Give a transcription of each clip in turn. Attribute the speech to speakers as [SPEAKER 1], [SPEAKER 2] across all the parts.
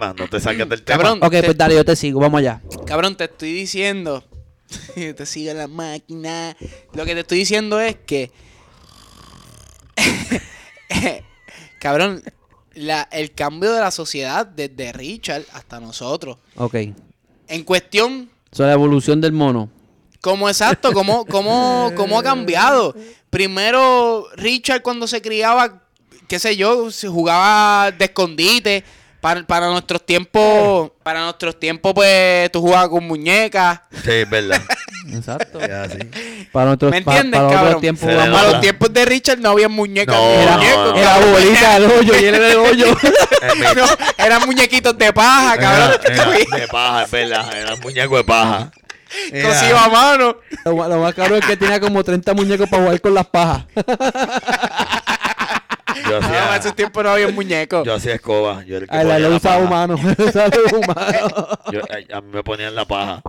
[SPEAKER 1] Man, no te sacas del tema.
[SPEAKER 2] Cabrón,
[SPEAKER 3] Ok,
[SPEAKER 2] te-
[SPEAKER 3] pues dale, yo te sigo, vamos allá.
[SPEAKER 2] Cabrón, te estoy diciendo. te sigue la máquina. Lo que te estoy diciendo es que. cabrón, la- el cambio de la sociedad desde Richard hasta nosotros.
[SPEAKER 3] Ok.
[SPEAKER 2] En cuestión,
[SPEAKER 3] So, la evolución del mono.
[SPEAKER 2] como exacto, cómo, cómo, cómo ha cambiado. Primero, Richard cuando se criaba, qué sé yo, se jugaba de escondite. Para, para nuestros tiempos, para nuestros tiempos, pues tú jugabas con muñecas.
[SPEAKER 1] Sí, es verdad.
[SPEAKER 3] Exacto.
[SPEAKER 1] Ya, sí.
[SPEAKER 3] Para nuestros
[SPEAKER 2] ¿Me
[SPEAKER 3] pa-
[SPEAKER 2] entiendes,
[SPEAKER 3] para
[SPEAKER 2] cabrón?
[SPEAKER 3] otros tiempos
[SPEAKER 1] Se le
[SPEAKER 3] vamos
[SPEAKER 1] nota.
[SPEAKER 2] Para
[SPEAKER 3] a-
[SPEAKER 2] los tiempos de Richard no había muñecas
[SPEAKER 1] No,
[SPEAKER 2] ni
[SPEAKER 1] no,
[SPEAKER 2] muñecos,
[SPEAKER 1] no.
[SPEAKER 2] cabrón.
[SPEAKER 3] Era bolita del hoyo y él era el hoyo.
[SPEAKER 1] En mi-
[SPEAKER 2] No, eran muñequitos de
[SPEAKER 3] Ah,
[SPEAKER 2] paja, cabrón.
[SPEAKER 1] Era- era de paja, es verdad. Era un muñeco de paja. Era-
[SPEAKER 2] Cosido a mano.
[SPEAKER 3] Lo, ma- lo más cabrón es que tenía como 30 muñecos para jugar con las pajas.
[SPEAKER 1] Yo
[SPEAKER 2] No, Ah, en
[SPEAKER 1] hacía,
[SPEAKER 2] esos tiempos no había muñecos.
[SPEAKER 1] yo hacía escoba. Yo era el que
[SPEAKER 3] Ay, la
[SPEAKER 1] ponía
[SPEAKER 3] lo
[SPEAKER 1] la
[SPEAKER 3] usaba
[SPEAKER 1] paja.
[SPEAKER 3] humano. Usaba humano.
[SPEAKER 1] Yo- a- a mí me ponían la paja.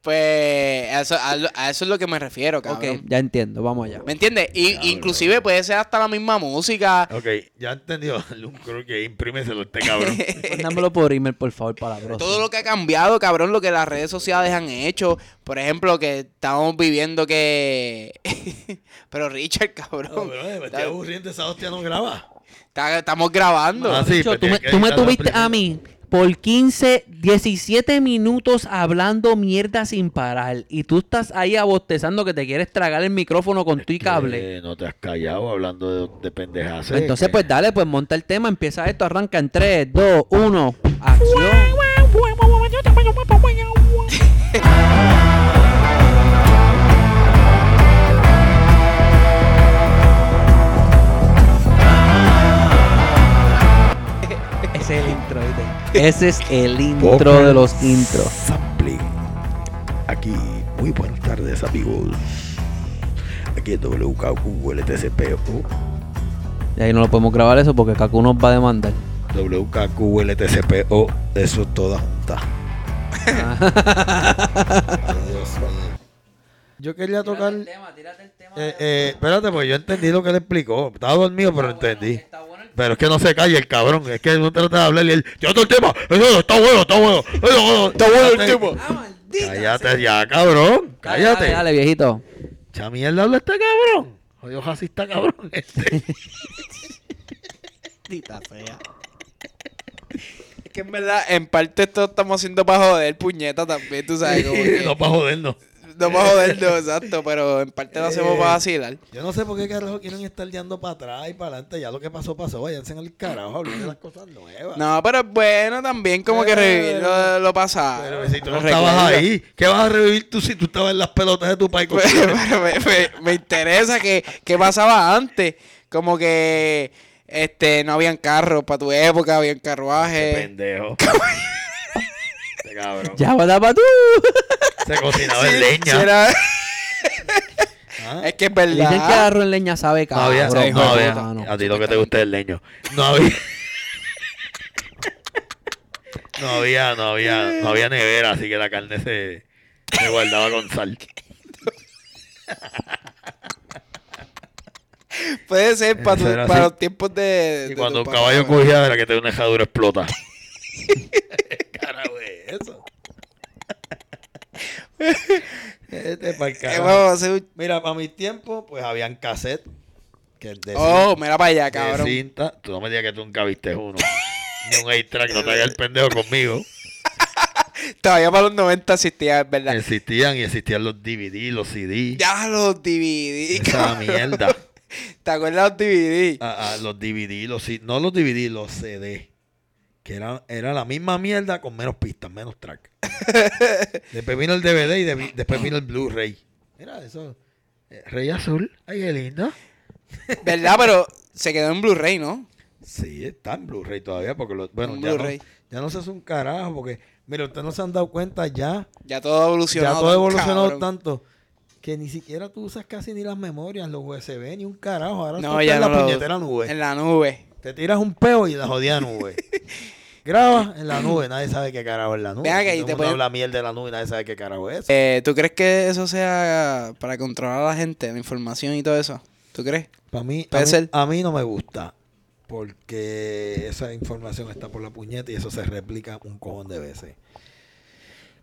[SPEAKER 2] Pues a eso, a, lo- a eso es lo que me refiero,
[SPEAKER 3] Ok,
[SPEAKER 2] cabrón.
[SPEAKER 3] ya entiendo, vamos allá.
[SPEAKER 2] ¿Me entiendes? Y
[SPEAKER 1] Cabrón.
[SPEAKER 2] inclusive puede ser hasta la misma música.
[SPEAKER 1] Ok, ya entendió. Luke creo que imprímeselo a este cabrón.
[SPEAKER 3] Mándamelo Pues por email, por favor, para la próxima.
[SPEAKER 2] Todo lo que ha cambiado, cabrón, lo que las redes sociales han hecho. Por ejemplo, que estamos viviendo que... Pero Richard, cabrón.
[SPEAKER 1] eh, me estoy aburriendo. Esa hostia no graba.
[SPEAKER 2] está- estamos grabando.
[SPEAKER 1] Ah, sí,
[SPEAKER 3] Dicho,
[SPEAKER 1] pues
[SPEAKER 3] tú me,
[SPEAKER 1] tienes que
[SPEAKER 3] tú me
[SPEAKER 1] editarlo
[SPEAKER 3] tuviste
[SPEAKER 1] primero.
[SPEAKER 3] a mí por 15, 17 minutos hablando mierda sin parar. Y tú estás ahí abostezando que te quieres tragar el micrófono con tu y cable.
[SPEAKER 1] Eh, no te has callado hablando de, de pendejas. eh,
[SPEAKER 3] Entonces,
[SPEAKER 1] que-
[SPEAKER 3] pues dale, pues monta el tema, empieza esto, arranca en 3, 2, 1, acción. Ese es el intro, ¿viste? Ese es el intro de los intros.
[SPEAKER 1] Sampling. Aquí, muy buenas tardes amigos. Aquí es WKQ LTCP.
[SPEAKER 3] Y ahí no lo podemos grabar eso porque Kaku nos va a demandar.
[SPEAKER 1] WKQ LTCPO, eso es toda junta. Yo quería tocar. Eh, eh, espérate, pues yo entendí lo que le explicó. Estaba dormido, pero entendí. Pero es que no se calla el cabrón. Es que no trata de hablar y él. ¡Yo el tema! ¡Eso está bueno, está bueno! eso, eso,
[SPEAKER 2] Está bueno el
[SPEAKER 1] cállate".
[SPEAKER 2] tema.
[SPEAKER 1] Cállate ya, cabrón.
[SPEAKER 3] Dale,
[SPEAKER 1] Cállate.
[SPEAKER 3] Dale, dale, viejito.
[SPEAKER 1] Mucha mierda habla este cabrón. Jodido racista cabrón este.
[SPEAKER 2] Maldita sea. Es que en verdad, en parte esto estamos haciendo para joder puñeta también, tú sabes. Como que,
[SPEAKER 1] no para jodernos.
[SPEAKER 2] no para joder, no, exacto, pero en parte lo hacemos
[SPEAKER 1] Eh.
[SPEAKER 2] para vacilar.
[SPEAKER 1] Yo no sé por qué carajo quieren estar yendo para atrás y para adelante. Ya lo que pasó, pasó. Váyanse en el carajo hablando de las cosas nuevas.
[SPEAKER 2] No, pero es bueno también como que revivir lo, lo pasado.
[SPEAKER 1] Pero si tú no
[SPEAKER 2] Lo
[SPEAKER 1] estabas
[SPEAKER 2] recuerdo.
[SPEAKER 1] ahí, ¿qué vas a revivir tú si tú estabas en las pelotas de tu país? con-
[SPEAKER 2] Pero- pero me, me- me interesa que, que pasaba antes. Como que este no habían carros para tu época, habían
[SPEAKER 1] Qué
[SPEAKER 2] carruajes.
[SPEAKER 1] pendejo. Este cabrón.
[SPEAKER 3] Eh, Ya va para tú.
[SPEAKER 1] Se cocinaba
[SPEAKER 2] Sí,
[SPEAKER 1] en leña.
[SPEAKER 2] sí era-
[SPEAKER 1] ¿Ah?
[SPEAKER 2] Es que es
[SPEAKER 3] Dicen que
[SPEAKER 2] verdad.
[SPEAKER 3] agarro en leña sabe
[SPEAKER 1] No había,
[SPEAKER 3] cabrón.
[SPEAKER 1] no,
[SPEAKER 2] hijo de
[SPEAKER 1] había.
[SPEAKER 2] puta,
[SPEAKER 3] mano.
[SPEAKER 1] A ti lo que te gusta es el leño. No había. No había, no había, no había nevera, así que la carne se, se guardaba con sal.
[SPEAKER 2] Puede ser para, tu-
[SPEAKER 1] Eso era
[SPEAKER 2] para
[SPEAKER 1] así.
[SPEAKER 2] los tiempos de.
[SPEAKER 1] Y
[SPEAKER 2] de
[SPEAKER 1] cuando un
[SPEAKER 2] tu
[SPEAKER 1] caballo
[SPEAKER 2] papá.
[SPEAKER 1] cogía, era que te dio una dejadura explota. Carajo, es eso. Este pa'l
[SPEAKER 2] Eh,
[SPEAKER 1] carajo.
[SPEAKER 2] vamos a hacer un-
[SPEAKER 1] Mira, para mis tiempos, pues habían cassette. Que de
[SPEAKER 2] Oh, mira para allá,
[SPEAKER 1] de
[SPEAKER 2] cabrón.
[SPEAKER 1] cinta. Tú no me digas que tú nunca viste uno. Ni un 8-track, no te hagas el pendejo conmigo.
[SPEAKER 2] Todavía para los 90 existía, es verdad.
[SPEAKER 1] Existían y existían los DVD, los CD.
[SPEAKER 2] Ya los DVD.
[SPEAKER 1] esa
[SPEAKER 2] cabrón.
[SPEAKER 1] mierda.
[SPEAKER 2] ¿Te acuerdas los DVD?
[SPEAKER 1] Ah, ah, los DVD, los C- no los DVD, los CD. Que era, era la misma mierda con menos pistas, menos track. después vino el DVD y de- después vino el Blu-ray. Mira eso. eh, Rey Azul. Ay, qué lindo.
[SPEAKER 2] ¿Verdad? Pero se quedó en Blu-ray, ¿no?
[SPEAKER 1] Sí, está en Blu-ray todavía. Porque lo- bueno,
[SPEAKER 2] En
[SPEAKER 1] ya no,
[SPEAKER 2] Blu-ray.
[SPEAKER 1] ya no se hace un carajo. Porque, mira, ustedes no se han dado cuenta ya.
[SPEAKER 2] Ya todo ha
[SPEAKER 1] Ya
[SPEAKER 2] evolucionado.
[SPEAKER 1] todo ha
[SPEAKER 2] tan
[SPEAKER 1] evolucionado
[SPEAKER 2] cabrón.
[SPEAKER 1] tanto que ni siquiera tú usas casi ni las memorias, los USB, ni un carajo. Ahora tú
[SPEAKER 2] No,
[SPEAKER 1] estás
[SPEAKER 2] ya
[SPEAKER 1] en
[SPEAKER 2] no
[SPEAKER 1] la
[SPEAKER 2] lo-
[SPEAKER 1] puñetera nube.
[SPEAKER 2] En la nube.
[SPEAKER 1] Te tiras un peo y la jodida nube. Graba en la nube, nadie sabe qué carajo es la nube.
[SPEAKER 2] Ven acá,
[SPEAKER 1] Todo el
[SPEAKER 2] y te
[SPEAKER 1] mundo
[SPEAKER 2] pueden-
[SPEAKER 1] habla miel de la nube y nadie sabe qué carajo es.
[SPEAKER 2] Eh, ¿Tú crees que eso sea para controlar a la gente, la información y todo eso? ¿Tú crees?
[SPEAKER 1] Para mí, a
[SPEAKER 2] puede
[SPEAKER 1] mí,
[SPEAKER 2] ser.
[SPEAKER 1] a mí no me gusta. porque esa información está por la puñeta y eso se replica un cojón de veces.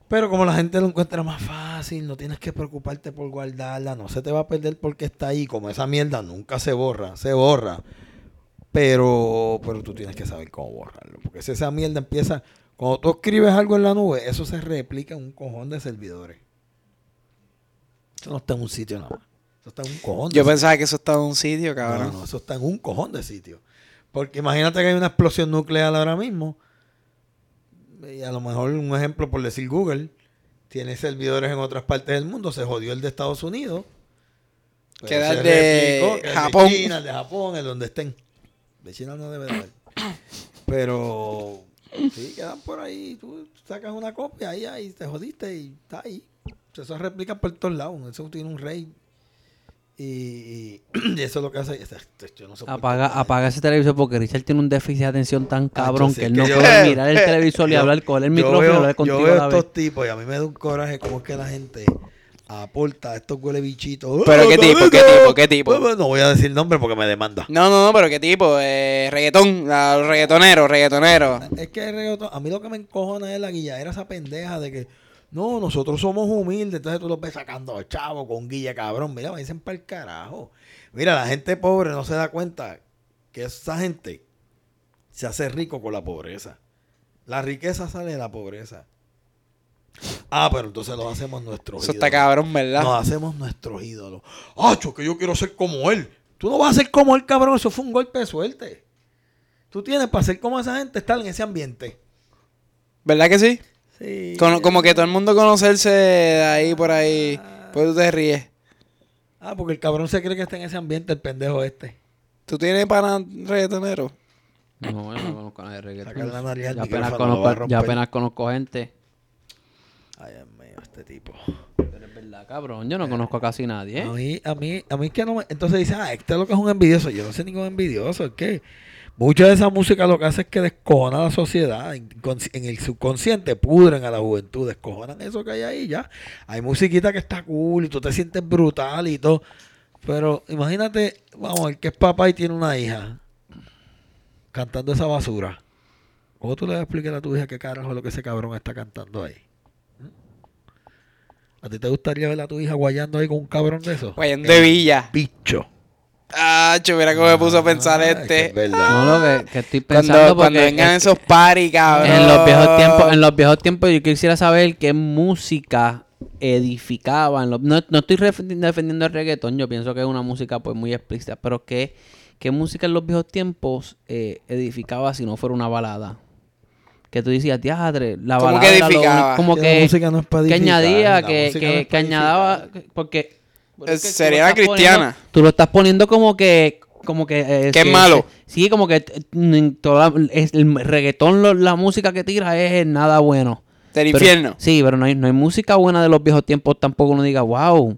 [SPEAKER 1] Pero como la gente lo encuentra más fácil, no tienes que preocuparte por guardarla, no se te va a perder porque está ahí. Como esa mierda nunca se borra, se borra. Pero, pero tú tienes que saber cómo borrarlo. Porque si esa mierda empieza, cuando tú escribes algo en la nube, eso se replica en un cojón de servidores. Eso no está en un sitio nada más. Eso está en un cojón de
[SPEAKER 2] Yo pensaba que eso estaba en un sitio,
[SPEAKER 1] no,
[SPEAKER 2] cabrón.
[SPEAKER 1] no, eso está en un cojón de sitio. Porque imagínate que hay una explosión nuclear ahora mismo. Y a lo mejor un ejemplo por decir Google. Tiene servidores en otras partes del mundo. Se jodió el de Estados Unidos. pero
[SPEAKER 2] Queda
[SPEAKER 1] se
[SPEAKER 2] el de
[SPEAKER 1] replicó, queda el
[SPEAKER 2] Japón.
[SPEAKER 1] De China, el de Japón, el donde estén. De China no debe de haber. Pero sí, quedan por ahí. Tú sacas una copia ahí, ahí te jodiste y está ahí. Eso se replica por todos lados. Eso tiene un rey. Y, y- y eso es lo que hace. este- este- yo no soporto
[SPEAKER 3] Apaga,
[SPEAKER 1] nada.
[SPEAKER 3] apaga ese televisor porque Richard tiene un déficit de atención tan cabrón
[SPEAKER 1] sí,
[SPEAKER 3] que él
[SPEAKER 1] que
[SPEAKER 3] no
[SPEAKER 1] yo-
[SPEAKER 3] puede mirar el televisor y
[SPEAKER 1] Yo-
[SPEAKER 3] hablar con el
[SPEAKER 1] yo
[SPEAKER 3] micrófono y
[SPEAKER 1] veo-
[SPEAKER 3] hablar contigo
[SPEAKER 1] Yo veo
[SPEAKER 3] a la vez.
[SPEAKER 1] estos tipos y a mí me da un coraje como es que la gente aporta a estos huele bichitos.
[SPEAKER 2] ¿Pero qué tipo, qué tipo, qué tipo?
[SPEAKER 1] No voy a decir nombre porque me demanda.
[SPEAKER 2] No, no, no, pero qué tipo, eh, reggaetón, a los reggaetoneros, reggaetoneros.
[SPEAKER 1] Es que hay reggaetón- a mí lo que me encojona es la guilladera esa pendeja de que no, nosotros somos humildes, entonces tú los ves sacando chavo con guilla cabrón. Mira, me dicen para el carajo. Mira, la gente pobre no se da cuenta que esa gente se hace rico con la pobreza. La riqueza sale de la pobreza. Ah, pero entonces los hacemos nuestros
[SPEAKER 2] Eso está
[SPEAKER 1] ídolos.
[SPEAKER 2] cabrón, ¿verdad?
[SPEAKER 1] Nos hacemos nuestros ídolos. ¡Acho, que yo quiero ser como él! Tú no vas a ser como él, cabrón. Eso fue un golpe de suerte. Tú tienes para ser como esa gente, estar en ese ambiente.
[SPEAKER 2] ¿Verdad que sí?
[SPEAKER 1] Sí.
[SPEAKER 2] Con- como que todo el mundo conocerse de ahí por ahí. Pues tú te ríes.
[SPEAKER 1] Ah, porque el cabrón se cree que está en ese ambiente, el pendejo este.
[SPEAKER 2] ¿Tú tienes para reggaetonero?
[SPEAKER 3] No, bueno, no conozco a nadie de reggaetón.
[SPEAKER 1] Sacar la nariz al
[SPEAKER 3] Ya apenas,
[SPEAKER 1] micrófono, lo va a
[SPEAKER 3] conozco,
[SPEAKER 1] romper.
[SPEAKER 3] ya apenas conozco gente.
[SPEAKER 1] Ay, Dios mío, este tipo.
[SPEAKER 3] Pero es verdad, cabrón. Yo no conozco a casi nadie. ¿eh?
[SPEAKER 1] A mí, a mí, a mí es que no me... Entonces dice, ah, este es lo que es un envidioso. Yo no sé ningún envidioso, es que... Mucha de esa música lo que hace es que descojona a la sociedad. Inconsci- En el subconsciente pudren a la juventud, descojonan eso que hay ahí ya. Hay musiquita que está cool y tú te sientes brutal y todo. Pero imagínate, vamos, el que es papá y tiene una hija cantando esa basura. ¿Cómo tú le vas a explicar a tu hija qué carajo es lo que ese cabrón está cantando ahí? ¿Mm? ¿A ti te gustaría ver a tu hija guayando ahí con un cabrón de eso?
[SPEAKER 2] Guayán de Villa.
[SPEAKER 1] Bicho.
[SPEAKER 2] Ah, chu, mira cómo me puso a pensar
[SPEAKER 1] Ah, es que
[SPEAKER 2] este.
[SPEAKER 1] es verdad.
[SPEAKER 3] No, lo que, que estoy
[SPEAKER 2] Cuando,
[SPEAKER 3] pensando porque
[SPEAKER 2] cuando vengan
[SPEAKER 3] es-
[SPEAKER 2] esos party, cabrón.
[SPEAKER 3] en los viejos tiempos, en los viejos tiempos yo quisiera saber qué música edificaban. los- no, no estoy ref- defendiendo el reggaetón, yo pienso que es una música pues muy explícita, pero qué, qué música en los viejos tiempos eh, edificaba si no fuera una balada. Que tú decías, diadre, la
[SPEAKER 2] ¿Cómo
[SPEAKER 3] balada.
[SPEAKER 2] que
[SPEAKER 3] era lo único-
[SPEAKER 2] edificaba?
[SPEAKER 3] como
[SPEAKER 1] Que
[SPEAKER 3] que,
[SPEAKER 1] la música no es pa'
[SPEAKER 3] que
[SPEAKER 1] edificar,
[SPEAKER 3] añadía,
[SPEAKER 1] la
[SPEAKER 3] que,
[SPEAKER 1] música
[SPEAKER 3] que-
[SPEAKER 1] no es
[SPEAKER 3] que
[SPEAKER 1] pa'
[SPEAKER 3] añadaba,
[SPEAKER 1] edificar.
[SPEAKER 3] porque... porque
[SPEAKER 2] Es-
[SPEAKER 3] tú lo
[SPEAKER 2] sería la
[SPEAKER 3] estás poniendo-
[SPEAKER 2] cristiana.
[SPEAKER 3] tú lo estás poniendo como que... Como que... eh,
[SPEAKER 2] Que es malo.
[SPEAKER 3] Sí, como que eh, mm, toda la- es- el reggaetón, lo- la música que tira es nada bueno.
[SPEAKER 2] Del
[SPEAKER 3] Pero-
[SPEAKER 2] infierno.
[SPEAKER 3] sí, pero no hay, no hay música buena de los viejos tiempos tampoco. Uno diga, wow,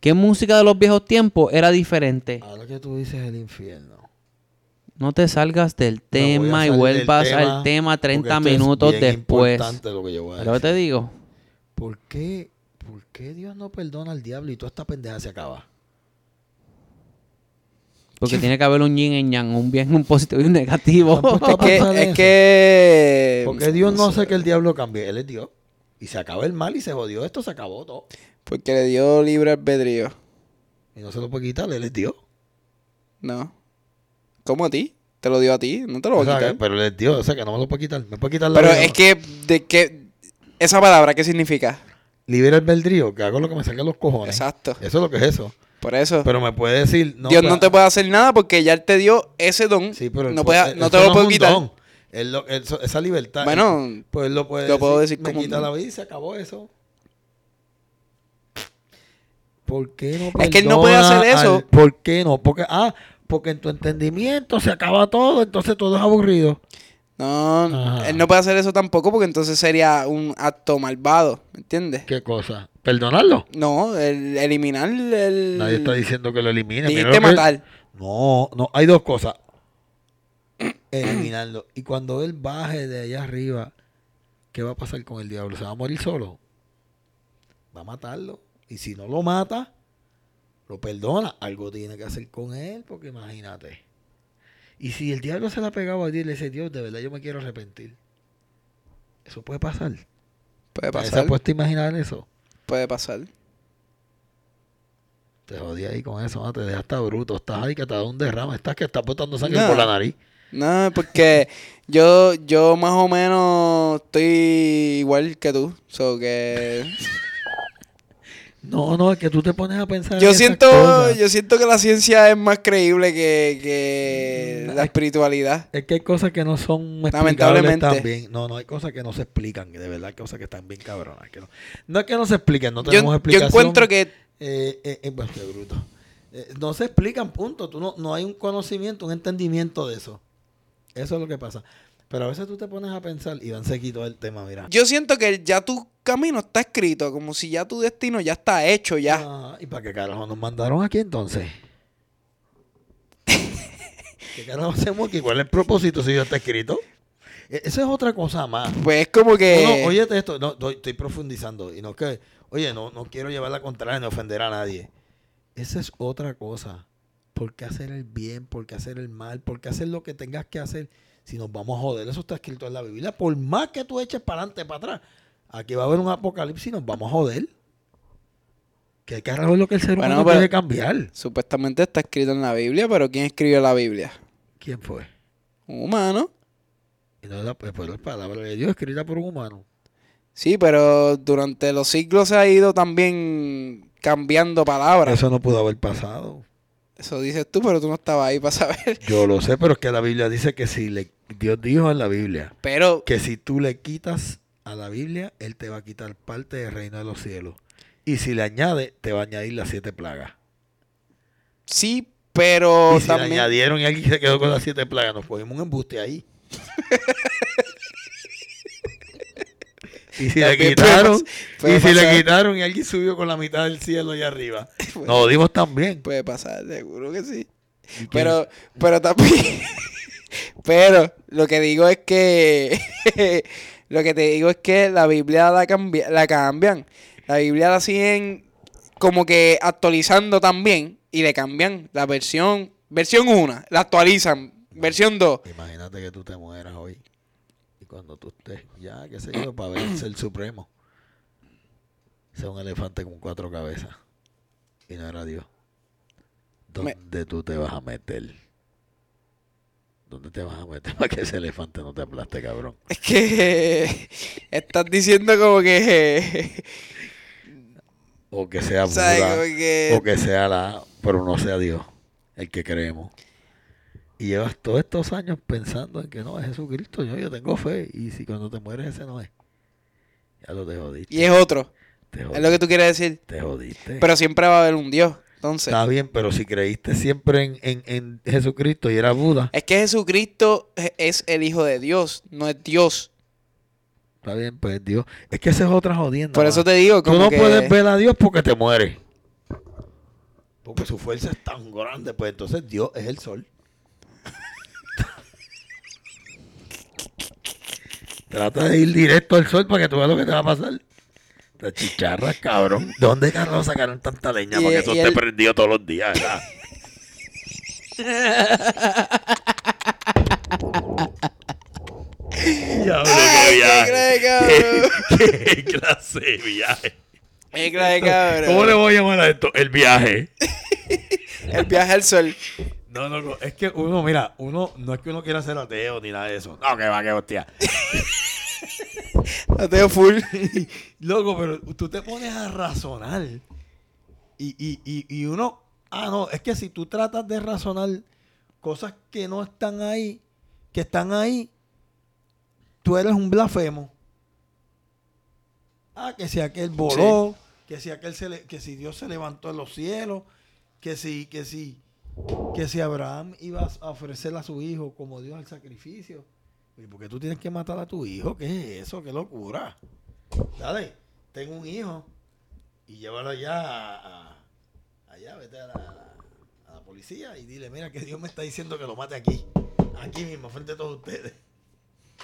[SPEAKER 3] ¿qué música de los viejos tiempos era diferente?
[SPEAKER 1] Ahora que tú dices el infierno.
[SPEAKER 3] No te salgas del
[SPEAKER 1] Me voy a
[SPEAKER 3] tema y
[SPEAKER 1] salir del
[SPEAKER 3] vuelvas al tema 30
[SPEAKER 1] porque esto es
[SPEAKER 3] minutos
[SPEAKER 1] bien
[SPEAKER 3] después.
[SPEAKER 1] importante lo que yo voy a
[SPEAKER 3] Pero
[SPEAKER 1] decir.
[SPEAKER 3] te digo,
[SPEAKER 1] ¿Por qué, por qué Dios no perdona al diablo y toda esta pendeja se acaba?
[SPEAKER 3] porque tiene que haber un yin en yang, un bien, un positivo y un negativo.
[SPEAKER 1] Tampoco
[SPEAKER 2] Es que,
[SPEAKER 1] Vamos a pensar
[SPEAKER 2] es
[SPEAKER 1] eso.
[SPEAKER 2] que.
[SPEAKER 1] Porque Dios no hace que el diablo cambie, él es Dios. Y se acaba el mal y se jodió esto, se acabó todo.
[SPEAKER 2] Porque le dio libre albedrío.
[SPEAKER 1] Y no se lo puede quitar, él es Dios.
[SPEAKER 2] No. ¿Cómo a ti? Te lo dio a ti, no te
[SPEAKER 1] O
[SPEAKER 2] lo voy a
[SPEAKER 1] sea, que-
[SPEAKER 2] quitar.
[SPEAKER 1] pero él es Dios, o sea que no me lo puede quitar. Me puede quitar la
[SPEAKER 2] Pero
[SPEAKER 1] vida,
[SPEAKER 2] es
[SPEAKER 1] ¿no?
[SPEAKER 2] que, de que. Esa palabra, ¿qué significa?
[SPEAKER 1] Libera el beldrío, que hago lo que me salga de los cojones.
[SPEAKER 2] Exacto.
[SPEAKER 1] Eso es lo que es eso.
[SPEAKER 2] Por eso.
[SPEAKER 1] Pero me puede decir... No,
[SPEAKER 2] Dios
[SPEAKER 1] pues,
[SPEAKER 2] no te puede hacer nada porque ya él te dio ese don.
[SPEAKER 1] Sí, pero el
[SPEAKER 2] no,
[SPEAKER 1] po-
[SPEAKER 2] puede-
[SPEAKER 1] el-
[SPEAKER 2] no
[SPEAKER 1] eso
[SPEAKER 2] te lo
[SPEAKER 1] es
[SPEAKER 2] puedo
[SPEAKER 1] un
[SPEAKER 2] quitar.
[SPEAKER 1] don. Él lo- él- eso- esa libertad.
[SPEAKER 2] Bueno,
[SPEAKER 1] él- pues él lo puede
[SPEAKER 2] lo puedo decir
[SPEAKER 1] me
[SPEAKER 2] como
[SPEAKER 1] quita
[SPEAKER 2] un
[SPEAKER 1] la
[SPEAKER 2] don.
[SPEAKER 1] vida y se acabó eso. ¿Por qué no
[SPEAKER 2] Es que él no puede
[SPEAKER 1] perdona
[SPEAKER 2] hacer eso.
[SPEAKER 1] ¿Por qué no? Porque ah, porque en tu entendimiento se acaba todo, entonces todo es aburrido.
[SPEAKER 2] No,
[SPEAKER 1] Ajá.
[SPEAKER 2] él no puede hacer eso tampoco porque entonces sería un acto malvado. ¿Me entiendes?
[SPEAKER 1] ¿Qué cosa? ¿Perdonarlo?
[SPEAKER 2] No, el eliminar el.
[SPEAKER 1] Nadie está diciendo que lo elimine. mira
[SPEAKER 2] Mm. Dijiste
[SPEAKER 1] lo que-
[SPEAKER 2] matar.
[SPEAKER 1] No, no, hay dos cosas. Eliminarlo. Y cuando él baje de allá arriba, ¿qué va a pasar con el diablo? ¿Se va a morir solo? Va a matarlo. Y si no lo mata, lo perdona. Algo tiene que hacer con él, porque imagínate. Y si el diablo se la pegaba a ti y le dice, Dios, de verdad yo me quiero arrepentir. Eso puede pasar.
[SPEAKER 2] Puede
[SPEAKER 1] ¿Se ha
[SPEAKER 2] pasar.
[SPEAKER 1] puesto a imaginar eso?
[SPEAKER 2] Puede pasar.
[SPEAKER 1] Te jodí ahí con eso, ¿no? te dejaste bruto. Estás ahí que te da un derrame. Estás que estás botando sangre
[SPEAKER 2] No.
[SPEAKER 1] por la nariz.
[SPEAKER 2] No, porque yo, yo más o menos estoy igual que tú. So que
[SPEAKER 1] No, no, es que tú te pones a pensar. en
[SPEAKER 2] yo
[SPEAKER 1] esas
[SPEAKER 2] siento,
[SPEAKER 1] cosas.
[SPEAKER 2] yo siento que la ciencia es más creíble que,
[SPEAKER 1] Mm,
[SPEAKER 2] que la espiritualidad.
[SPEAKER 1] Es que hay cosas que no son explicables
[SPEAKER 2] Lamentablemente.
[SPEAKER 1] también. No, no, hay cosas que no se explican. que De verdad, hay cosas que están bien cabronas. que no, no es que no se explican, no tenemos
[SPEAKER 2] Yo, yo
[SPEAKER 1] explicación.
[SPEAKER 2] encuentro que
[SPEAKER 1] Eh, eh, eh, bueno, qué bruto. Eh, no se explican, punto. Tú no, no hay un conocimiento, un entendimiento de eso. Eso es lo que pasa. Pero a veces tú te pones a pensar, y se quitó el tema, mira.
[SPEAKER 2] yo siento que ya tu camino está escrito, como si ya tu destino ya está hecho ya.
[SPEAKER 1] Ah, ¿Y para qué carajo nos mandaron aquí entonces? ¿Qué carajo hacemos aquí? ¿Cuál es el propósito si ya está escrito? E- Esa es otra cosa más.
[SPEAKER 2] Pues es como que
[SPEAKER 1] No, no, óyete esto, no, doy- estoy profundizando. Y no es que, oye, no, no quiero llevar la contraria ni ofender a nadie. Esa es otra cosa. ¿Por qué hacer el bien? ¿Por qué hacer el mal? ¿Por qué hacer lo que tengas que hacer? Si nos vamos a joder, eso está escrito en la Biblia. Por más que tú eches para adelante, para atrás, aquí va a haber un apocalipsis y nos vamos a joder. Que carajo es lo que el ser
[SPEAKER 2] Bueno,
[SPEAKER 1] humano
[SPEAKER 2] pero-
[SPEAKER 1] puede cambiar.
[SPEAKER 2] supuestamente está escrito en la Biblia, pero ¿quién escribió la Biblia?
[SPEAKER 1] ¿Quién fue?
[SPEAKER 2] Un humano.
[SPEAKER 1] Y no, la, pues, fue la palabra de Dios escrita por un humano.
[SPEAKER 2] Sí, pero durante los siglos se ha ido también cambiando palabras.
[SPEAKER 1] Eso no pudo haber pasado.
[SPEAKER 2] Eso dices tú, pero tú no estabas ahí para saber.
[SPEAKER 1] Yo lo sé, pero es que la Biblia dice que si le, Dios dijo en la Biblia
[SPEAKER 2] Pero,
[SPEAKER 1] que si tú le quitas a la Biblia, Él te va a quitar parte del reino de los cielos. Y si le añade, te va a añadir las siete plagas.
[SPEAKER 2] sí, pero
[SPEAKER 1] y si le
[SPEAKER 2] Oh, también.
[SPEAKER 1] añadieron y alguien se quedó con las siete plagas, nos cogimos un embuste ahí. y si le
[SPEAKER 2] También puede
[SPEAKER 1] quitaron,
[SPEAKER 2] pas- puede
[SPEAKER 1] y si le
[SPEAKER 2] pasar. Pues,
[SPEAKER 1] quitaron y alguien subió con la mitad del cielo allá arriba. Nos jodimos también.
[SPEAKER 2] Puede pasar, seguro que sí.
[SPEAKER 1] ¿Y quién-
[SPEAKER 2] pues, Pero, pero también. pero, lo que digo es que. lo que te digo es que la Biblia la, cambi- la cambian. La Biblia la siguen como que actualizando también. Y le cambian la versión. Versión 1, la actualizan. Versión 2.
[SPEAKER 1] Pues Imagínate que tú te mueras hoy. Y cuando tú estés, ya, qué sé yo, para ver el ser supremo. Sea un elefante con cuatro cabezas. Y no era Dios.
[SPEAKER 2] Me-
[SPEAKER 1] ¿Dónde tú te vas a meter? ¿Dónde te vas a meter para que ese elefante no te aplaste, cabrón?
[SPEAKER 2] Es que estás diciendo como que.
[SPEAKER 1] O que sea
[SPEAKER 2] o sea,
[SPEAKER 1] Buda,
[SPEAKER 2] como
[SPEAKER 1] o
[SPEAKER 2] que.
[SPEAKER 1] que sea la, pero no sea Dios, el que creemos. Y llevas todos estos años pensando en que no es Jesucristo, yo, yo tengo fe. Y si cuando te mueres ese no es, ya lo te jodiste.
[SPEAKER 2] Y es otro.
[SPEAKER 1] Te
[SPEAKER 2] Es lo que tú quieres decir.
[SPEAKER 1] Te jodiste.
[SPEAKER 2] Pero siempre va a haber un Dios. Entonces.
[SPEAKER 1] Está bien, pero si creíste siempre en, en- en Jesucristo y era Buda,
[SPEAKER 2] Es que Jesucristo e- es el Hijo de Dios, no es Dios.
[SPEAKER 1] está bien, pues Dios. Es que esa es otra jodienda.
[SPEAKER 2] Por eso
[SPEAKER 1] mano.
[SPEAKER 2] te digo,
[SPEAKER 1] Tú
[SPEAKER 2] como
[SPEAKER 1] no
[SPEAKER 2] que-
[SPEAKER 1] puedes ver a Dios porque te mueres. Porque su fuerza es tan grande, pues entonces Dios es el sol. Trata de ir directo al sol para que tú veas lo que te va a pasar. Las chicharras, cabrón. ¿De dónde carajo sacaron tanta leña
[SPEAKER 2] Y-
[SPEAKER 1] para que
[SPEAKER 2] y
[SPEAKER 1] eso esté
[SPEAKER 2] él-
[SPEAKER 1] prendido todos los días? ¿verdad? Diablo, qué
[SPEAKER 2] ¡Ay, qué
[SPEAKER 1] viaje.
[SPEAKER 2] clase, cabrón!
[SPEAKER 1] ¿Qué clase de viaje?
[SPEAKER 2] ¡Qué clase, cabrón!
[SPEAKER 1] ¿Cómo le voy a llamar a esto? El viaje.
[SPEAKER 2] El viaje al sol.
[SPEAKER 1] No, no, no, es que uno, mira, uno, no es que uno quiera ser ateo ni nada de eso. No, que va, que hostia.
[SPEAKER 2] Ateo full.
[SPEAKER 1] Loco, pero tú te pones a razonar. Y, y, y, y uno, ah, no, es que si tú tratas de razonar cosas que no están ahí, que están ahí, tú eres un blasfemo. Ah, que si aquel voló, que si aquel se le- que si Dios se levantó en los cielos, que si, que si, que si Abraham iba a ofrecerle a su hijo como Dios al sacrificio. ¿Y por qué tú tienes que matar a tu hijo? ¿Qué es eso? ¡Qué locura! Dale, tengo un hijo y llévalo allá, a- a- allá, vete a la, a la policía y dile, mira que Dios me está diciendo que lo mate aquí, aquí mismo, frente a todos ustedes.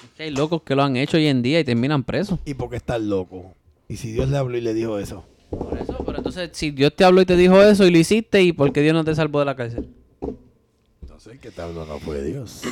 [SPEAKER 3] Es que hay locos que lo han hecho hoy en día y terminan presos.
[SPEAKER 1] ¿Y por qué estás loco? ¿Y si Dios le habló y le dijo eso?
[SPEAKER 3] Por eso, pero entonces, si Dios te habló y te dijo eso y lo hiciste, ¿y por qué Dios no te salvó de la cárcel?
[SPEAKER 1] sé qué te habló, no fue Dios.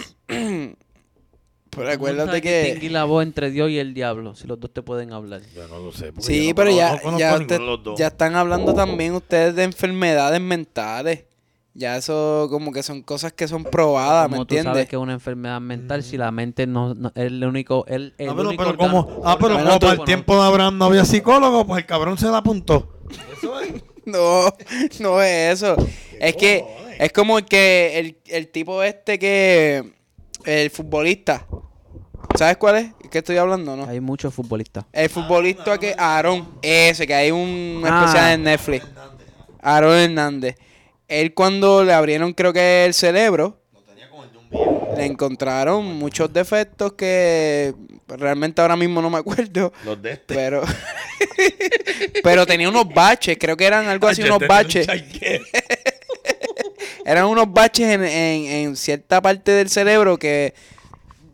[SPEAKER 2] Pero
[SPEAKER 3] ¿Cómo
[SPEAKER 2] acuérdate
[SPEAKER 3] sabes
[SPEAKER 2] que.
[SPEAKER 3] distinguir la voz entre Dios y el diablo, si los dos te pueden hablar.
[SPEAKER 1] Yo no lo sé. porque
[SPEAKER 2] Sí,
[SPEAKER 1] yo no-
[SPEAKER 2] pero
[SPEAKER 1] no-
[SPEAKER 2] ya,
[SPEAKER 1] no conozco
[SPEAKER 2] ya,
[SPEAKER 1] a ninguno
[SPEAKER 2] usted-
[SPEAKER 1] de los dos.
[SPEAKER 2] ya están hablando también ustedes de enfermedades mentales. Ya eso como que son cosas que son probadas, Ah, ¿me
[SPEAKER 3] Como tú
[SPEAKER 2] entiendes?
[SPEAKER 3] sabes que es una enfermedad mental, si la mente no, no- es el único. El, el
[SPEAKER 1] Ah, pero,
[SPEAKER 3] único
[SPEAKER 1] pero
[SPEAKER 3] órgano-
[SPEAKER 1] como, ah, pero
[SPEAKER 3] órgano
[SPEAKER 1] como para el
[SPEAKER 3] autónomo.
[SPEAKER 1] tiempo de Abraham no había psicólogo, pues el cabrón se la apuntó. Eso es.
[SPEAKER 2] No, no es eso. Es que
[SPEAKER 1] cojones?
[SPEAKER 2] es como el que el, el tipo este que el futbolista. ¿Sabes cuál es? ¿Qué estoy hablando, no?
[SPEAKER 3] Hay muchos futbolistas.
[SPEAKER 2] El
[SPEAKER 1] Ah,
[SPEAKER 2] futbolista que Aaron, ese que hay un
[SPEAKER 3] Ah.
[SPEAKER 2] especial en Netflix. Aaron Hernández. Él cuando le abrieron creo que el cerebro le encontraron muchos defectos que realmente ahora mismo no me acuerdo.
[SPEAKER 1] Los de este.
[SPEAKER 2] Pero, pero tenía unos baches, creo que eran algo así,
[SPEAKER 1] Ay,
[SPEAKER 2] unos
[SPEAKER 1] este
[SPEAKER 2] baches.
[SPEAKER 1] es un chanquero.
[SPEAKER 2] Eran unos baches en, en- en cierta parte del cerebro que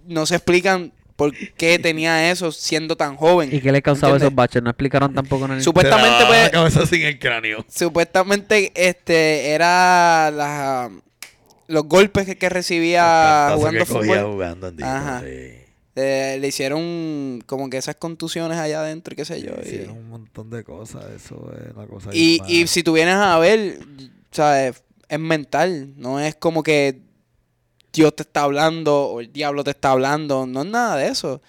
[SPEAKER 2] no se explican por qué tenía eso siendo tan joven.
[SPEAKER 3] ¿Y qué le causaba
[SPEAKER 2] ¿Entiendes?
[SPEAKER 3] esos baches? No explicaron tampoco en el...
[SPEAKER 2] Supuestamente,
[SPEAKER 1] Te lavaba
[SPEAKER 2] pues,
[SPEAKER 1] la cabeza sin el cráneo.
[SPEAKER 2] supuestamente este era las los golpes que, que
[SPEAKER 1] El cantazo
[SPEAKER 2] recibía Ah, jugando
[SPEAKER 1] que cogía
[SPEAKER 2] fútbol.
[SPEAKER 1] jugando, Andito,
[SPEAKER 2] Ajá.
[SPEAKER 1] sí.
[SPEAKER 2] Eh, le hicieron como que esas contusiones allá adentro y qué sé yo.
[SPEAKER 1] Sí,
[SPEAKER 2] y-
[SPEAKER 1] es un montón de cosas. Eso es una cosa.
[SPEAKER 2] Y,
[SPEAKER 1] bien
[SPEAKER 2] y
[SPEAKER 1] mala.
[SPEAKER 2] si tú vienes a ver, ¿sabes? Es mental. No es como que Dios te está hablando o el diablo te está hablando. No es nada de eso.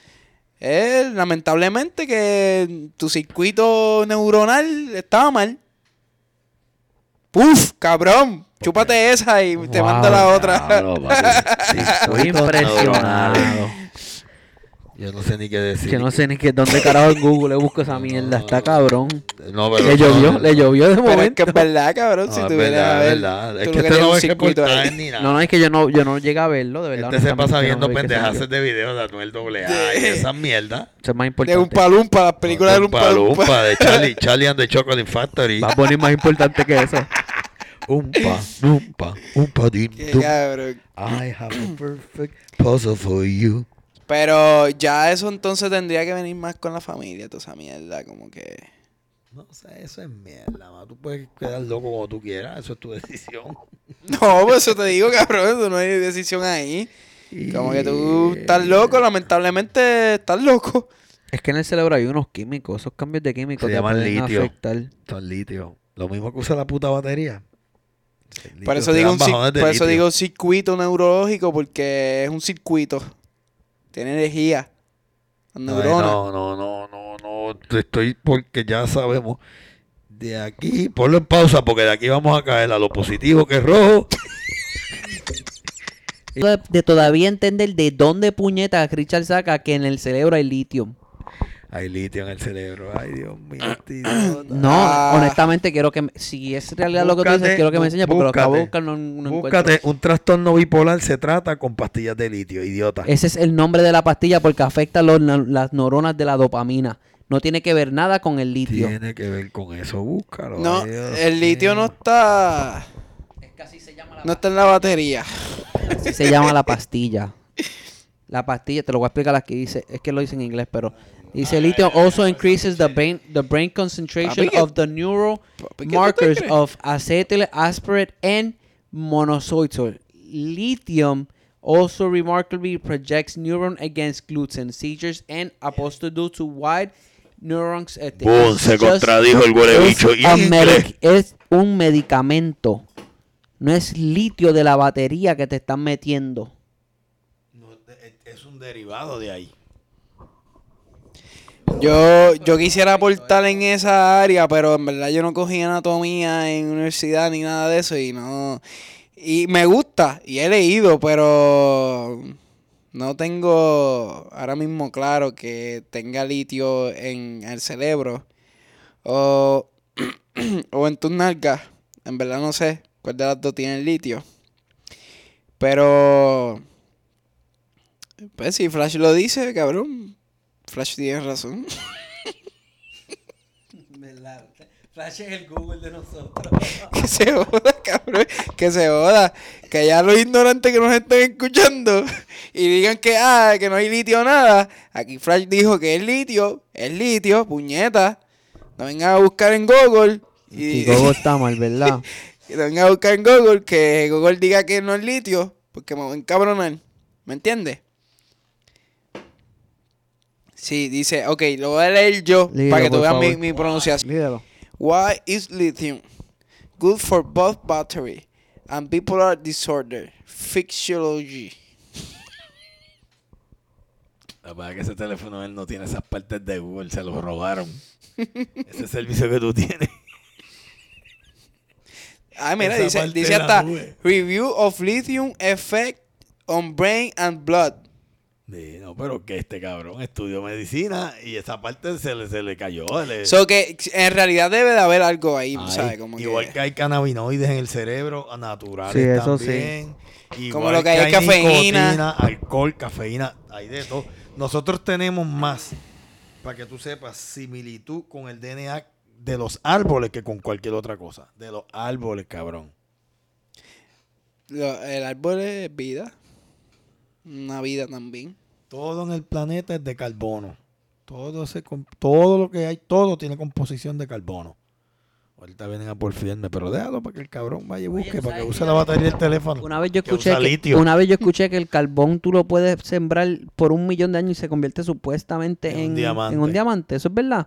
[SPEAKER 2] Es lamentablemente que tu circuito neuronal estaba mal. ¡Puf! ¡Cabrón! Chúpate esa y te
[SPEAKER 3] Wow,
[SPEAKER 2] mando la otra.
[SPEAKER 1] Claro, Ah, papi. Sí,
[SPEAKER 3] Estoy
[SPEAKER 1] cuento
[SPEAKER 3] impresionado.
[SPEAKER 1] neuronal. Yo no sé ni qué decir.
[SPEAKER 3] Que no sé ni qué, dónde carajo en Google busco esa mierda. Está cabrón.
[SPEAKER 1] No, pero-
[SPEAKER 3] Le llovió,
[SPEAKER 1] no,
[SPEAKER 3] le llovió de
[SPEAKER 2] Pero es
[SPEAKER 3] momento.
[SPEAKER 2] que es verdad, cabrón.
[SPEAKER 1] No,
[SPEAKER 2] si
[SPEAKER 1] es
[SPEAKER 2] tú vienes
[SPEAKER 1] verdad,
[SPEAKER 2] a
[SPEAKER 1] es
[SPEAKER 2] ver.
[SPEAKER 1] verdad.
[SPEAKER 2] tú
[SPEAKER 1] Es
[SPEAKER 2] lo
[SPEAKER 1] que
[SPEAKER 2] tienes
[SPEAKER 1] este no
[SPEAKER 2] un
[SPEAKER 1] ves que
[SPEAKER 2] circuito ahí.
[SPEAKER 1] portales ni nada.
[SPEAKER 3] No, no, es que yo no, yo no llegué a verlo, de verdad.
[SPEAKER 1] Este se pasa
[SPEAKER 3] honestamente, yo no
[SPEAKER 1] viendo
[SPEAKER 3] vi que
[SPEAKER 1] pendejadas
[SPEAKER 3] salió.
[SPEAKER 1] de videos de Anuel AA y esas mierdas.
[SPEAKER 3] Eso es
[SPEAKER 2] De
[SPEAKER 3] más
[SPEAKER 2] un
[SPEAKER 3] importante.
[SPEAKER 2] palumpa, las películas de un
[SPEAKER 1] Oompa
[SPEAKER 2] palumpa.
[SPEAKER 1] Loompa de Charlie, Charlie and the Chocolate Factory.
[SPEAKER 3] Va a poner más importante que eso.
[SPEAKER 1] Umpa, umpa, umpa, dim, dum.
[SPEAKER 2] Cabrón.
[SPEAKER 1] I have a perfect puzzle for you.
[SPEAKER 2] Pero ya eso entonces tendría que venir más con la familia, toda esa mierda, como que...
[SPEAKER 1] No sé, eso es mierda, ma. Tú puedes quedar loco como tú quieras, eso es tu decisión.
[SPEAKER 2] No, pues eso te digo, cabrón, eso no hay decisión ahí. Como que tú estás loco, lamentablemente estás loco.
[SPEAKER 3] Es que en el cerebro hay unos químicos, esos cambios de químicos
[SPEAKER 1] Se
[SPEAKER 3] te
[SPEAKER 1] llaman
[SPEAKER 3] pueden
[SPEAKER 1] litio.
[SPEAKER 3] afectar.
[SPEAKER 1] Son litio. Lo mismo que usa la puta batería.
[SPEAKER 2] Por eso, digo, un, cir- por eso digo circuito neurológico, porque es un circuito. Tiene energía. Las neuronas.
[SPEAKER 1] No, no, no, no, no. te Estoy porque ya sabemos. De aquí, ponlo en pausa porque de aquí vamos a caer a lo positivo que es rojo.
[SPEAKER 3] De, de todavía entender de dónde puñeta Richard saca que en el cerebro hay litio.
[SPEAKER 1] Hay litio en el cerebro. Ay, Dios mío. este idiota.
[SPEAKER 3] No,
[SPEAKER 2] Ah.
[SPEAKER 3] honestamente quiero que me- si es realidad lo que tú dices,
[SPEAKER 1] Búscate,
[SPEAKER 3] quiero que me enseñes porque lo acabo de
[SPEAKER 1] búscate,
[SPEAKER 3] buscar no, no
[SPEAKER 1] Búscate,
[SPEAKER 3] encuentro.
[SPEAKER 1] un trastorno bipolar se trata con pastillas de litio, idiota.
[SPEAKER 3] Ese es el nombre de la pastilla porque afecta los neu- las neuronas de la dopamina. No tiene que ver nada con el litio.
[SPEAKER 1] Tiene que ver con eso, búscalo.
[SPEAKER 2] No,
[SPEAKER 1] ay, Dios
[SPEAKER 2] el litio no
[SPEAKER 1] mío.
[SPEAKER 2] está...
[SPEAKER 3] Es que así se llama
[SPEAKER 2] No está en la batería.
[SPEAKER 3] Así se llama la pastilla. La pastilla, te lo voy a explicar aquí. Dice, es que lo dice en inglés, pero dice litio also increases the brain, the brain concentration
[SPEAKER 2] Papi, ¿qué-
[SPEAKER 3] of the neural
[SPEAKER 2] papi, ¿qué tú te
[SPEAKER 3] markers
[SPEAKER 2] crees?
[SPEAKER 3] of acetyl aspartate and monocytol. Lithium also remarkably projects neuron against gluten seizures and apostles due to wide neurons. at the-
[SPEAKER 1] Boom, se
[SPEAKER 3] Just-
[SPEAKER 1] contradijo el huele
[SPEAKER 3] es
[SPEAKER 1] bicho. Y
[SPEAKER 3] a
[SPEAKER 1] en inglés.
[SPEAKER 3] medic- es un medicamento. No es litio de la batería que te están metiendo.
[SPEAKER 1] eh, es un derivado de ahí.
[SPEAKER 2] Yo, yo quisiera aportar en esa área, pero en verdad yo no cogí anatomía en universidad ni nada de eso y no... Y me gusta y he leído, pero no tengo ahora mismo claro que tenga litio en el cerebro o, o en tus nalgas. En verdad no sé cuál de las dos tiene litio. Pero... Pues si Flash lo dice, cabrón. Flash tiene razón.
[SPEAKER 3] Flash es el Google de nosotros.
[SPEAKER 2] Que se joda, cabrón. Que se joda. Que ya los ignorantes que nos estén escuchando y digan que, ah, que no hay litio nada. Aquí Flash dijo que es litio, es litio, puñeta. No vengan a buscar en Google. Y,
[SPEAKER 3] Y Gogo está mal, ¿verdad?
[SPEAKER 2] que no vengan a buscar en Google que Google diga que no es litio. Porque me voy a encabronar. ¿Me entiendes? Sí, dice, ok, lo voy a leer yo
[SPEAKER 4] Léelo,
[SPEAKER 2] para que tú
[SPEAKER 4] por
[SPEAKER 2] veas mi,
[SPEAKER 4] favor.
[SPEAKER 2] mi pronunciación.
[SPEAKER 4] Lídalo.
[SPEAKER 2] Why is lithium good for both battery and bipolar disorder? Physiology.
[SPEAKER 1] La verdad es que ese teléfono él no tiene esas partes de Google, se los robaron. ese servicio que tú tienes.
[SPEAKER 2] Ah, mira,
[SPEAKER 1] Esa
[SPEAKER 2] dice,
[SPEAKER 1] parte
[SPEAKER 2] dice
[SPEAKER 1] de la
[SPEAKER 2] hasta
[SPEAKER 1] nube.
[SPEAKER 2] Review of Lithium Effect on Brain and Blood.
[SPEAKER 1] Sí, no, pero que este cabrón estudió medicina y esa parte se le, se le cayó. le-
[SPEAKER 2] So que en realidad debe de haber algo ahí,
[SPEAKER 1] Ay,
[SPEAKER 2] ¿sabes? Como,
[SPEAKER 1] Eh. igual que...
[SPEAKER 2] que,
[SPEAKER 1] hay cannabinoides en el cerebro, a naturales
[SPEAKER 4] Sí, eso
[SPEAKER 1] también. Igual
[SPEAKER 2] Como lo que hay es cafeína.
[SPEAKER 1] nicotina, alcohol, cafeína, hay de todo. Nosotros tenemos más, para que tú sepas, similitud con el DNA de los árboles que con cualquier otra cosa. De los árboles, cabrón.
[SPEAKER 2] lo- el árbol es vida. Una vida también.
[SPEAKER 1] Todo en el planeta es de carbono. Todo, se, com- todo lo que hay, todo tiene composición de carbono. Ahorita vienen a porfiarme, pero déjalo para que el cabrón vaya y busque, para que use la batería del teléfono.
[SPEAKER 3] Una vez yo
[SPEAKER 1] Que usa
[SPEAKER 3] escuché que,
[SPEAKER 1] litio.
[SPEAKER 3] una vez yo escuché que el carbón tú lo puedes sembrar por un millón de años y se convierte supuestamente
[SPEAKER 1] En
[SPEAKER 3] en,
[SPEAKER 1] un
[SPEAKER 3] en,
[SPEAKER 1] diamante.
[SPEAKER 3] un diamante. Eso es verdad.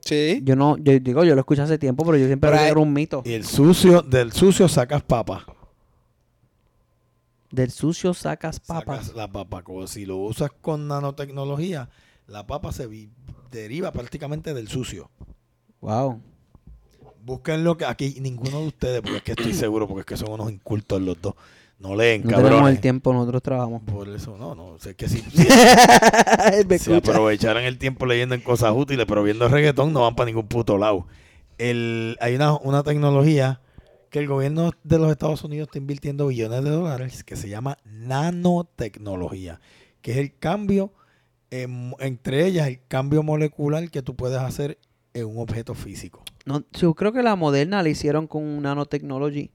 [SPEAKER 2] Sí.
[SPEAKER 3] Yo no, yo digo, yo lo escuché hace tiempo, pero yo siempre
[SPEAKER 2] Pero
[SPEAKER 3] creí que
[SPEAKER 2] hay-
[SPEAKER 3] era un mito.
[SPEAKER 1] Y el sucio, del sucio sacas papa.
[SPEAKER 3] Del sucio sacas papas.
[SPEAKER 1] Sacas la papa. Como si lo usas con nanotecnología, la papa se vi- deriva prácticamente del sucio.
[SPEAKER 3] Wow.
[SPEAKER 1] Busquen lo que aquí ninguno de ustedes, porque es que estoy seguro, porque es que son unos incultos los dos. No leen,
[SPEAKER 3] No
[SPEAKER 1] cabrones.
[SPEAKER 3] tenemos el tiempo, nosotros trabajamos.
[SPEAKER 1] Por eso, no, no. sé que si, si-
[SPEAKER 3] Me
[SPEAKER 1] si
[SPEAKER 3] escucha.
[SPEAKER 1] aprovecharan el tiempo leyendo en cosas útiles, pero viendo reggaetón, no van para ningún puto lado. El, hay una, una tecnología que el gobierno de los Estados Unidos está invirtiendo billones de dólares que se llama nanotecnología, que es el cambio, en- entre ellas, el cambio molecular que tú puedes hacer en un objeto físico.
[SPEAKER 3] No, yo creo que la moderna la hicieron con nanotechnology,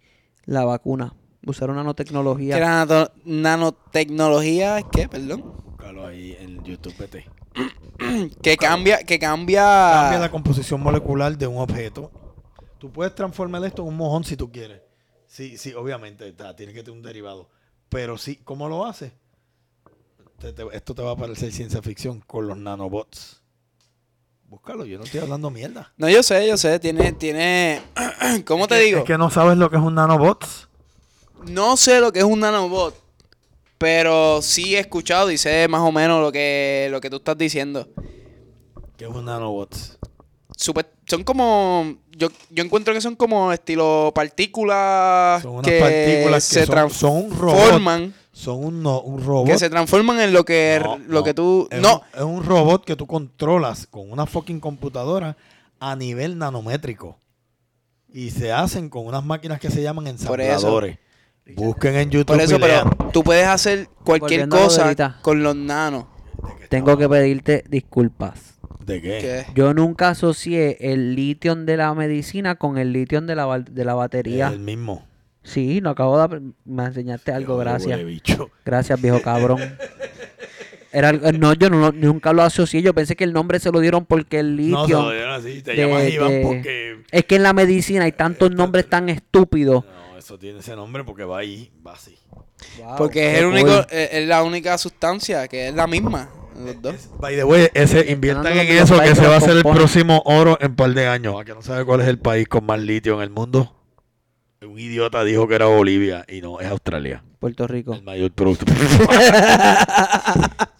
[SPEAKER 3] la vacuna. Usaron nanotecnología.
[SPEAKER 2] Que la nato- nanotecnología, ¿qué? Perdón.
[SPEAKER 1] Búscalo ahí en YouTube, vete.
[SPEAKER 2] Que cambia, que cambia. Ah.
[SPEAKER 1] Cambia la composición molecular de un objeto. Tú puedes transformar esto en un mojón si tú quieres. Sí, sí, obviamente, está, tiene que tener un derivado. Pero sí, ¿cómo lo haces? Te- te- esto te va a parecer ciencia ficción con los nanobots. Búscalo, yo no estoy hablando mierda.
[SPEAKER 2] No, yo sé, yo sé. Tiene, tiene. ¿Cómo te digo?
[SPEAKER 1] no sabes lo que es un nanobot.
[SPEAKER 2] No sé lo que es un nanobot, pero sí he escuchado y sé más o menos lo que, lo que tú estás diciendo.
[SPEAKER 1] ¿Qué es un nanobot?
[SPEAKER 2] Supe- son como. Yo, yo encuentro que son como estilo partículas
[SPEAKER 1] Son unas
[SPEAKER 2] Ah, que
[SPEAKER 1] partículas que
[SPEAKER 2] se
[SPEAKER 1] son, son un robot.
[SPEAKER 2] transforman.
[SPEAKER 1] Son un, no- un robot.
[SPEAKER 2] Que se transforman en lo que,
[SPEAKER 1] No,
[SPEAKER 2] lo que
[SPEAKER 1] no.
[SPEAKER 2] tú.
[SPEAKER 1] Es
[SPEAKER 2] no,
[SPEAKER 1] un- es un robot que tú controlas con una fucking computadora a nivel nanométrico. Y se hacen con unas máquinas que se llaman
[SPEAKER 2] Por eso.
[SPEAKER 1] ensambladores. Busquen en YouTube.
[SPEAKER 2] por eso,
[SPEAKER 1] y lean.
[SPEAKER 2] pero tú puedes hacer cualquier
[SPEAKER 3] Volviendo a lo de
[SPEAKER 2] cosa
[SPEAKER 3] ahorita.
[SPEAKER 2] con los nanos.
[SPEAKER 3] Tengo que pedirte disculpas.
[SPEAKER 1] ¿De qué?
[SPEAKER 2] que-
[SPEAKER 3] Yo nunca asocié el litio de la medicina con el litio de la, val- de la batería.
[SPEAKER 1] El mismo.
[SPEAKER 3] Sí, no acabo de... apre- Me enseñaste algo,
[SPEAKER 1] Hijo de
[SPEAKER 3] gracias.
[SPEAKER 1] huele bicho.
[SPEAKER 3] Gracias, viejo cabrón. Era, algo- no, yo no lo- nunca lo asocié. Yo pensé que el nombre se lo dieron porque el
[SPEAKER 1] No, se
[SPEAKER 3] litio...
[SPEAKER 1] lo dieron así. Te
[SPEAKER 3] de-
[SPEAKER 1] llamas Iván
[SPEAKER 3] de-
[SPEAKER 1] porque...
[SPEAKER 3] Es que en la medicina hay tantos nombres tan estúpidos.
[SPEAKER 1] No, eso tiene ese nombre porque va ahí. Va así. Ah,
[SPEAKER 2] Porque es,
[SPEAKER 3] qué
[SPEAKER 2] el único, eh,
[SPEAKER 3] cool.
[SPEAKER 2] es, es la única sustancia que es la misma. Los dos.
[SPEAKER 1] Es- by the way, ese, inviertan
[SPEAKER 3] dándole
[SPEAKER 1] en
[SPEAKER 3] los
[SPEAKER 1] eso que
[SPEAKER 3] likes
[SPEAKER 1] se
[SPEAKER 3] a
[SPEAKER 1] va a
[SPEAKER 3] los
[SPEAKER 1] ser el
[SPEAKER 3] pompones.
[SPEAKER 1] próximo oro en par de años. A que no sabe cuál es el país con más litio en el mundo. Un idiota dijo que era Bolivia y no, es Australia.
[SPEAKER 3] Puerto Rico.
[SPEAKER 1] El mayor producto.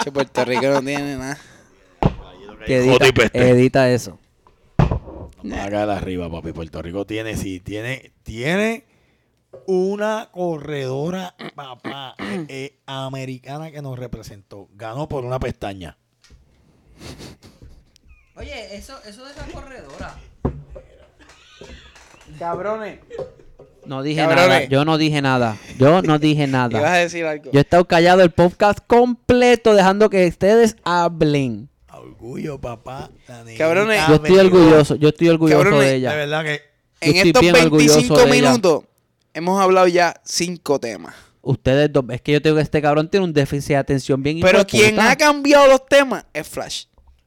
[SPEAKER 2] Che, Puerto Rico no tiene nada.
[SPEAKER 3] Que eh,
[SPEAKER 1] Joto y
[SPEAKER 3] edita,
[SPEAKER 1] peste.
[SPEAKER 3] edita eso.
[SPEAKER 1] Acá de arriba, papi. Puerto Rico tiene, sí, tiene, tiene una corredora, papá, eh, americana que nos representó. Ganó por una pestaña.
[SPEAKER 3] Oye, eso, eso de esa corredora.
[SPEAKER 2] Cabrones.
[SPEAKER 3] No dije
[SPEAKER 2] Cabrones.
[SPEAKER 3] nada. Yo no dije nada. Yo no dije
[SPEAKER 2] Ibas a
[SPEAKER 3] nada.
[SPEAKER 2] decir algo.
[SPEAKER 3] Yo he estado callado el podcast completo dejando que ustedes hablen.
[SPEAKER 1] Orgullo, papá. la negrita
[SPEAKER 2] Cabrones.
[SPEAKER 3] Yo estoy
[SPEAKER 1] me-
[SPEAKER 3] orgulloso. Yo estoy orgulloso
[SPEAKER 2] Cabrones,
[SPEAKER 3] de
[SPEAKER 1] De
[SPEAKER 3] ella.
[SPEAKER 1] verdad que
[SPEAKER 3] Yo
[SPEAKER 2] en
[SPEAKER 3] estoy
[SPEAKER 2] estos
[SPEAKER 3] bien orgulloso
[SPEAKER 2] 25
[SPEAKER 3] de ella.
[SPEAKER 2] minutos hemos hablado ya cinco temas.
[SPEAKER 3] Ustedes dos. Es que yo tengo que este cabrón tiene un déficit de atención bien
[SPEAKER 2] Pero
[SPEAKER 3] hijueputa.
[SPEAKER 2] quien ha cambiado los temas es Flash.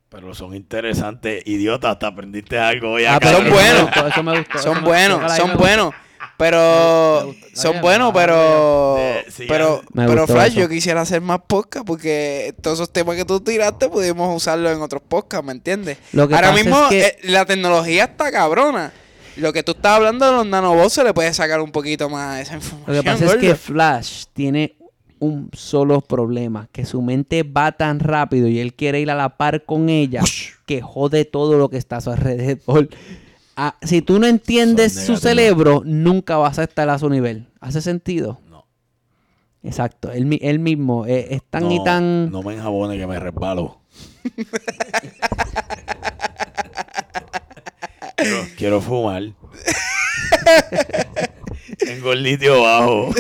[SPEAKER 1] Pero son interesantes, idiota. Hasta aprendiste algo hoy.
[SPEAKER 3] Ah,
[SPEAKER 1] acá.
[SPEAKER 3] pero
[SPEAKER 2] son
[SPEAKER 3] eso me
[SPEAKER 2] buenos.
[SPEAKER 3] gustó, eso me gustó, eso
[SPEAKER 2] Son
[SPEAKER 3] me-
[SPEAKER 2] buenos,
[SPEAKER 3] tócala ahí,
[SPEAKER 2] son
[SPEAKER 3] me gustó.
[SPEAKER 2] buenos. Pero son
[SPEAKER 3] Oye,
[SPEAKER 2] buenos,
[SPEAKER 3] madre.
[SPEAKER 2] pero.
[SPEAKER 1] Eh, sí,
[SPEAKER 2] pero,
[SPEAKER 3] Me
[SPEAKER 2] pero
[SPEAKER 3] gustó
[SPEAKER 2] Flash,
[SPEAKER 3] eso.
[SPEAKER 2] yo quisiera hacer más podcast porque todos esos temas que tú tiraste pudimos usarlos en otros podcasts, ¿me entiendes?
[SPEAKER 3] Lo que
[SPEAKER 2] Ahora
[SPEAKER 3] pasa
[SPEAKER 2] mismo
[SPEAKER 3] es que-
[SPEAKER 2] eh, la tecnología está cabrona. Lo que tú estás hablando de los nanobots se le puede sacar un poquito más a esa
[SPEAKER 3] Lo
[SPEAKER 2] información.
[SPEAKER 3] que pasa es
[SPEAKER 2] gordo.
[SPEAKER 3] que Flash tiene un solo problema, que su mente va tan rápido y él quiere ir a la par con ella, que jode todo lo que está a su alrededor. Ah, si tú no entiendes
[SPEAKER 1] Son
[SPEAKER 3] su
[SPEAKER 1] negativos.
[SPEAKER 3] cerebro, nunca vas a estar a su nivel. ¿Hace sentido?
[SPEAKER 1] No.
[SPEAKER 3] Exacto, él, mi- él mismo eh, es tan y
[SPEAKER 1] No,
[SPEAKER 3] tan...
[SPEAKER 1] No me enjabone que me resbalo. quiero, quiero fumar. Tengo el litio bajo.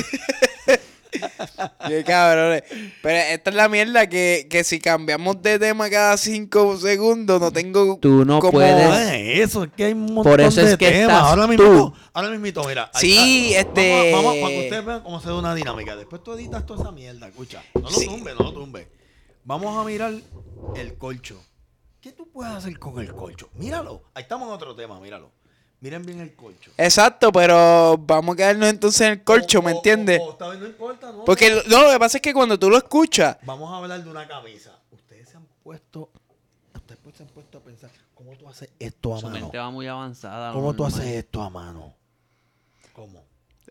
[SPEAKER 2] Qué cabrones. Pero esta es la mierda que, que si cambiamos de tema cada cinco segundos, no tengo.
[SPEAKER 3] Tú no
[SPEAKER 2] como-
[SPEAKER 3] puedes-
[SPEAKER 1] No es eso, es que hay un montón
[SPEAKER 3] Por eso
[SPEAKER 1] de
[SPEAKER 3] es que
[SPEAKER 1] temas.
[SPEAKER 3] estás
[SPEAKER 1] ahora mismo,
[SPEAKER 3] tú.
[SPEAKER 1] ahora mismito, mira. ahí
[SPEAKER 2] Sí,
[SPEAKER 1] está.
[SPEAKER 2] este-
[SPEAKER 1] Vamos, vamos, para que ustedes vean cómo se da una dinámica. Después tú editas toda esa mierda, escucha. No lo
[SPEAKER 2] Sí.
[SPEAKER 1] tumbes, no lo tumbes. Vamos a mirar el colcho. ¿Qué tú puedes hacer con el colcho? Míralo. Ahí estamos en otro tema, míralo. Miren bien el colcho.
[SPEAKER 2] Exacto, pero vamos a quedarnos entonces en el corcho,
[SPEAKER 1] O-
[SPEAKER 2] ¿me
[SPEAKER 1] o-
[SPEAKER 2] entiendes?
[SPEAKER 1] o- o Oh, está bien, no importa, no.
[SPEAKER 2] Porque lo- no, lo que pasa es que cuando tú lo escuchas,
[SPEAKER 1] Vamos a hablar de una camisa. Ustedes se han puesto. Ustedes pues se han puesto a pensar. ¿Cómo tú haces esto a
[SPEAKER 3] Su
[SPEAKER 1] mano?
[SPEAKER 3] mente va muy avanzada.
[SPEAKER 1] ¿Cómo tú haces
[SPEAKER 3] eso?
[SPEAKER 1] esto a mano? ¿Cómo?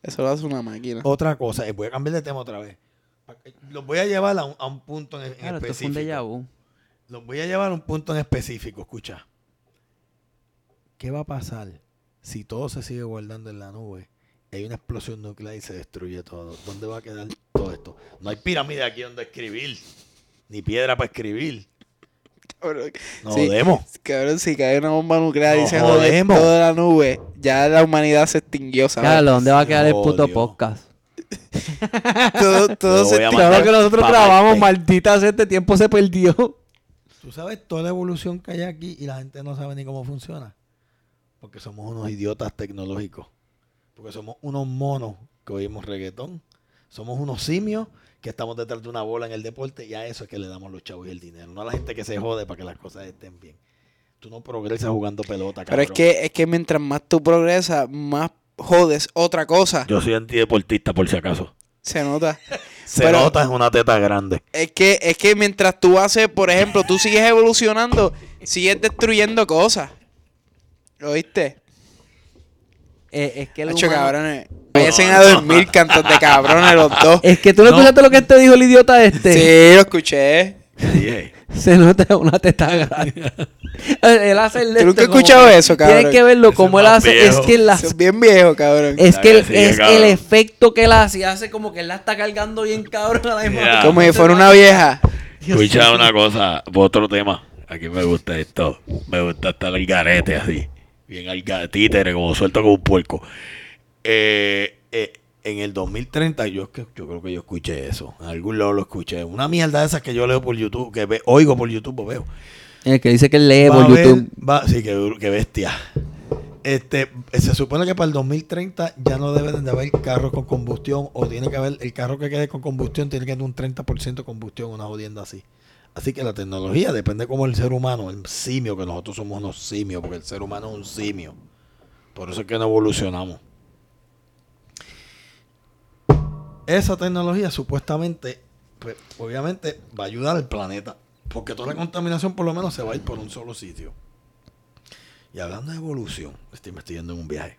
[SPEAKER 2] eso lo hace una máquina.
[SPEAKER 1] Otra cosa, eh, voy a cambiar de tema otra vez. Pa- eh, Los voy a llevar a un, a un punto en, en
[SPEAKER 3] Claro, esto fue un déjà
[SPEAKER 1] específico.
[SPEAKER 3] vu.
[SPEAKER 1] Los voy a llevar a un punto en específico, escucha. ¿Qué va a pasar si todo se sigue guardando en la nube? Hay una explosión nuclear y se destruye todo. ¿Dónde va a quedar todo esto? No hay pirámide aquí donde escribir. Ni piedra para escribir.
[SPEAKER 2] Cabrón,
[SPEAKER 1] Nos
[SPEAKER 2] Sí.
[SPEAKER 1] jodemos.
[SPEAKER 2] Cabrón, si cae una bomba nuclear y
[SPEAKER 1] Nos
[SPEAKER 2] se jode
[SPEAKER 1] jodemos.
[SPEAKER 2] toda la nube, ya la humanidad se extinguió, ¿sabes?
[SPEAKER 3] Claro, ¿dónde va a quedar el
[SPEAKER 1] Oh,
[SPEAKER 3] puto
[SPEAKER 1] Dios.
[SPEAKER 3] podcast?
[SPEAKER 2] Todo, todo
[SPEAKER 1] Lo
[SPEAKER 2] se
[SPEAKER 1] voy a
[SPEAKER 2] extinguió.
[SPEAKER 1] mandar
[SPEAKER 3] Claro que nosotros
[SPEAKER 1] pa'
[SPEAKER 3] trabajamos,
[SPEAKER 1] Marte.
[SPEAKER 3] maldita sea, este tiempo se perdió.
[SPEAKER 1] Tú sabes toda la evolución que hay aquí y la gente no sabe ni cómo funciona. Porque somos unos idiotas tecnológicos. Porque somos unos monos que oímos reggaetón. Somos unos simios que estamos detrás de una bola en el deporte y a eso es que le damos los chavos y el dinero. No a la gente que se jode para que las cosas estén bien. Tú no progresas jugando pelota,
[SPEAKER 2] Pero
[SPEAKER 1] cabrón.
[SPEAKER 2] es que, es que mientras más tú progresas, más jodes otra cosa.
[SPEAKER 1] Yo soy antideportista, por si acaso.
[SPEAKER 2] Se nota.
[SPEAKER 1] Se
[SPEAKER 2] Pero-
[SPEAKER 1] nota en una teta grande.
[SPEAKER 2] Es que, es que mientras tú haces, por ejemplo, tú sigues evolucionando, sigues destruyendo cosas. ¿Oíste?
[SPEAKER 3] Eh, es que el
[SPEAKER 2] Hacho,
[SPEAKER 3] humano-
[SPEAKER 2] cabrones. Vayan a dormir, cantos de cabrones los dos.
[SPEAKER 3] Es que tú no,
[SPEAKER 1] No.
[SPEAKER 3] escuchaste lo que te dijo el idiota este.
[SPEAKER 2] Sí, lo escuché. eh.
[SPEAKER 1] Sí,
[SPEAKER 3] Se nota una teta grande. él él hace el este
[SPEAKER 2] Yo nunca he
[SPEAKER 3] como-
[SPEAKER 2] escuchado eso, cabrón.
[SPEAKER 3] Tienes que verlo
[SPEAKER 1] Ese
[SPEAKER 3] como
[SPEAKER 1] es
[SPEAKER 3] él
[SPEAKER 1] más
[SPEAKER 3] hace.
[SPEAKER 1] viejo.
[SPEAKER 3] Es que, él hace-
[SPEAKER 2] Son bien viejo, cabrón.
[SPEAKER 3] es, que él-
[SPEAKER 1] Claro que sí,
[SPEAKER 3] es
[SPEAKER 1] cabrón.
[SPEAKER 3] el efecto que él hace. y Hace como que él la está cargando bien cabrón a la misma
[SPEAKER 1] Ya.
[SPEAKER 3] vez.
[SPEAKER 2] Como si fuera una vieja.
[SPEAKER 3] Dios mío.
[SPEAKER 4] una cosa, otro tema. Aquí me gusta esto. Me gusta estar al garete así. Bien al ga- títere, como suelto como un puerco.
[SPEAKER 1] Eh, eh, en el 2030 yo, es que- yo creo que yo escuché eso. En algún lado lo escuché. Una mierda de esas que yo leo por YouTube, que ve- oigo por YouTube o veo.
[SPEAKER 3] El que dice que él lee
[SPEAKER 1] Va a
[SPEAKER 3] por
[SPEAKER 1] haber-
[SPEAKER 3] YouTube.
[SPEAKER 1] va- sí, que, que bestia. Este, se supone que para el 2030 ya no deben de haber carros con combustión o tiene que haber, el carro que quede con combustión tiene que tener un 30% combustión, una jodienda así. Así que la tecnología depende como el ser humano, el simio, que nosotros somos unos simios, porque el ser humano es un simio. Por eso es que no evolucionamos. Esa tecnología supuestamente, pues, obviamente, va a ayudar al planeta. Porque toda la contaminación por lo menos se va a ir por un solo sitio. Y hablando de evolución, estoy investigando en un viaje.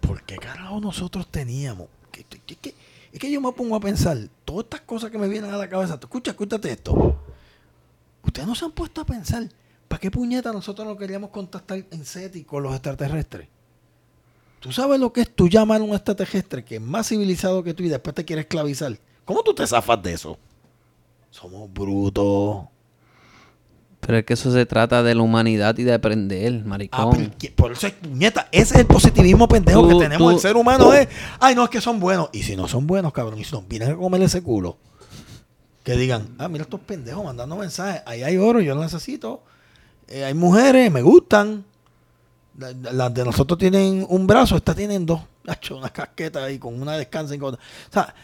[SPEAKER 1] ¿Por qué carajo nosotros teníamos? que- que- que- que- es que yo me pongo a pensar, todas estas cosas que me vienen a la cabeza, tú escucha, escúchate esto. Ustedes no se han puesto a pensar, ¿para qué puñeta nosotros no queríamos contactar en SETI con los extraterrestres? ¿Tú sabes lo que es tú llamar a un extraterrestre que es más civilizado que tú y después te quiere esclavizar? ¿Cómo tú te zafas de eso? Somos brutos.
[SPEAKER 3] Pero es que eso se trata de la humanidad y de aprender,
[SPEAKER 1] Ah,
[SPEAKER 3] maricón.
[SPEAKER 1] pero que- por eso es puñeta. Ese es el positivismo pendejo
[SPEAKER 3] Tú-
[SPEAKER 1] que tenemos
[SPEAKER 3] tú-
[SPEAKER 1] el ser humano. Es, ay, no, es que son buenos. Y si no son buenos, cabrón, y si nos vienen a comer ese culo, que digan, ah, mira estos pendejos mandando mensajes. Ahí hay oro, yo lo necesito. Eh, hay mujeres, me gustan. La- la- Las de nosotros tienen un brazo, estas tienen dos. Hacho, unas casquetas ahí, con una descansa y con otra. O sea,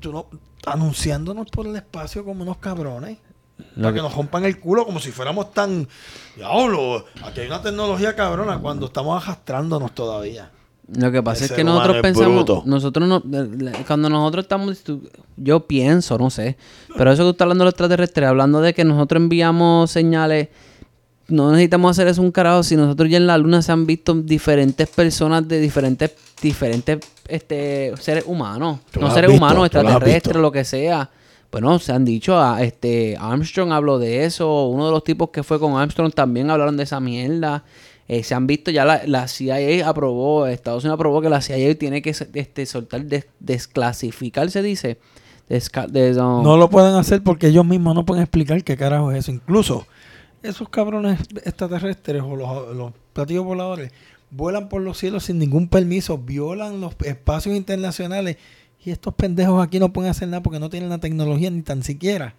[SPEAKER 1] tú no, anunciándonos por el espacio como unos cabrones. Para que nos rompan el culo como si fuéramos tan. Diablo, aquí hay una tecnología cabrona cuando estamos arrastrándonos todavía.
[SPEAKER 3] Lo que pasa
[SPEAKER 5] El
[SPEAKER 3] es que
[SPEAKER 5] ser
[SPEAKER 3] nosotros
[SPEAKER 5] humano es
[SPEAKER 3] pensamos,
[SPEAKER 5] bruto.
[SPEAKER 3] nosotros no- la- la- cuando nosotros estamos, tú- yo pienso, no sé, pero eso que tú estás hablando de los extraterrestres, hablando de que nosotros enviamos señales, no necesitamos hacer eso un carajo, si nosotros ya en la luna se han visto diferentes personas de diferentes, diferentes este, seres humanos,
[SPEAKER 5] Tú
[SPEAKER 3] no
[SPEAKER 5] las has
[SPEAKER 3] seres
[SPEAKER 5] visto,
[SPEAKER 3] humanos,
[SPEAKER 5] tú las has
[SPEAKER 3] extraterrestres,
[SPEAKER 5] visto.
[SPEAKER 3] lo que sea. Bueno, se han dicho, a- este Armstrong habló de eso, uno de los tipos que fue con Armstrong también hablaron de esa mierda. Eh, se han visto, ya la, la CIA aprobó, Estados Unidos aprobó que la CIA tiene que este, soltar, des- desclasificar, se dice. Desca- des- um,
[SPEAKER 1] No lo pueden hacer porque ellos mismos no pueden explicar qué carajo es eso. Incluso esos cabrones extraterrestres o los, los platillos voladores vuelan por los cielos sin ningún permiso, violan los espacios internacionales y estos pendejos aquí no pueden hacer nada porque no tienen la tecnología ni tan siquiera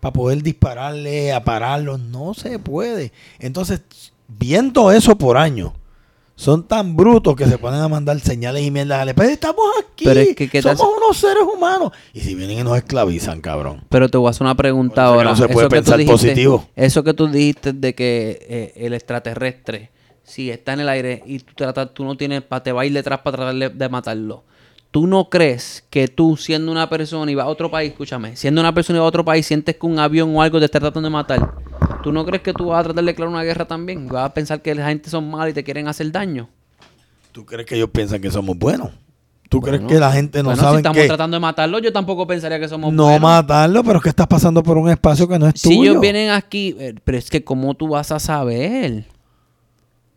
[SPEAKER 1] para poder dispararle, a pararlos. No se puede. Entonces, viendo eso por año. Son tan brutos que se ponen a mandar señales y mierdas al espacio. Estamos aquí.
[SPEAKER 3] Pero es que, ¿qué tal
[SPEAKER 1] somos unos seres humanos. Y si vienen y nos esclavizan, cabrón.
[SPEAKER 3] Pero te voy a hacer una pregunta
[SPEAKER 5] Por
[SPEAKER 3] ahora.
[SPEAKER 5] eso que no se puede
[SPEAKER 3] tú
[SPEAKER 5] pensar positivo.
[SPEAKER 3] Eso que tú dijiste de que eh, el extraterrestre, si está en el aire y tú, tratas, tú no tienes, pa- te va a ir detrás para tratar de, de matarlo. ¿Tú no crees que tú, siendo una persona y vas a otro país, escúchame, siendo una persona y vas a otro país, sientes que un avión o algo te está tratando de matar? ¿Tú no crees que tú vas a tratar de declarar una guerra también? ¿Vas a pensar que la gente son malos y te quieren hacer daño?
[SPEAKER 1] ¿Tú crees que ellos piensan que somos buenos? ¿Tú
[SPEAKER 3] Bueno,
[SPEAKER 1] crees que la gente no
[SPEAKER 3] bueno, si
[SPEAKER 1] sabe
[SPEAKER 3] estamos
[SPEAKER 1] que
[SPEAKER 3] tratando de matarlo, yo tampoco pensaría que somos
[SPEAKER 1] no
[SPEAKER 3] buenos.
[SPEAKER 1] matarlo, pero es que estás pasando por un espacio que no es
[SPEAKER 3] Si
[SPEAKER 1] tuyo?
[SPEAKER 3] ellos vienen aquí, eh, pero es que ¿cómo tú vas a saber?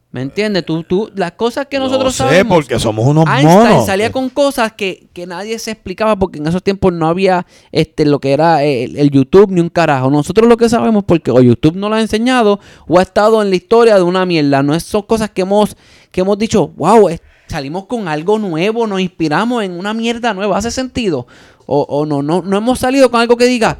[SPEAKER 3] ¿Me entiendes? Tú, tú, las cosas que nosotros
[SPEAKER 1] no sé,
[SPEAKER 3] sabemos.
[SPEAKER 1] porque somos unos
[SPEAKER 3] Einstein
[SPEAKER 1] monos.
[SPEAKER 3] salía con cosas que, que nadie se explicaba porque en esos tiempos no había este lo que era el, el YouTube ni un carajo. Nosotros lo que sabemos porque o YouTube no lo ha enseñado o ha estado en la historia de una mierda. No es- son cosas que hemos que hemos dicho, wow, es- salimos con algo nuevo, nos inspiramos en una mierda nueva. ¿Hace sentido? O, o no, no, no hemos salido con algo que diga,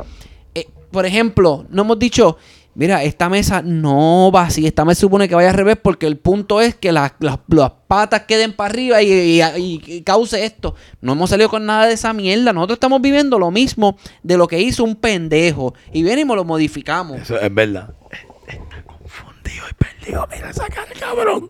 [SPEAKER 3] eh, por ejemplo, no hemos dicho, mira, esta mesa no va así, esta mesa supone que vaya al revés porque el punto es que las, las- las patas queden para arriba y, y- y- y cause esto. No hemos salido con nada de esa mierda, nosotros estamos viviendo lo mismo de lo que hizo un pendejo y venimos lo modificamos.
[SPEAKER 5] Eso es verdad.
[SPEAKER 6] Fundido y perdido, mira esa cara, cabrón.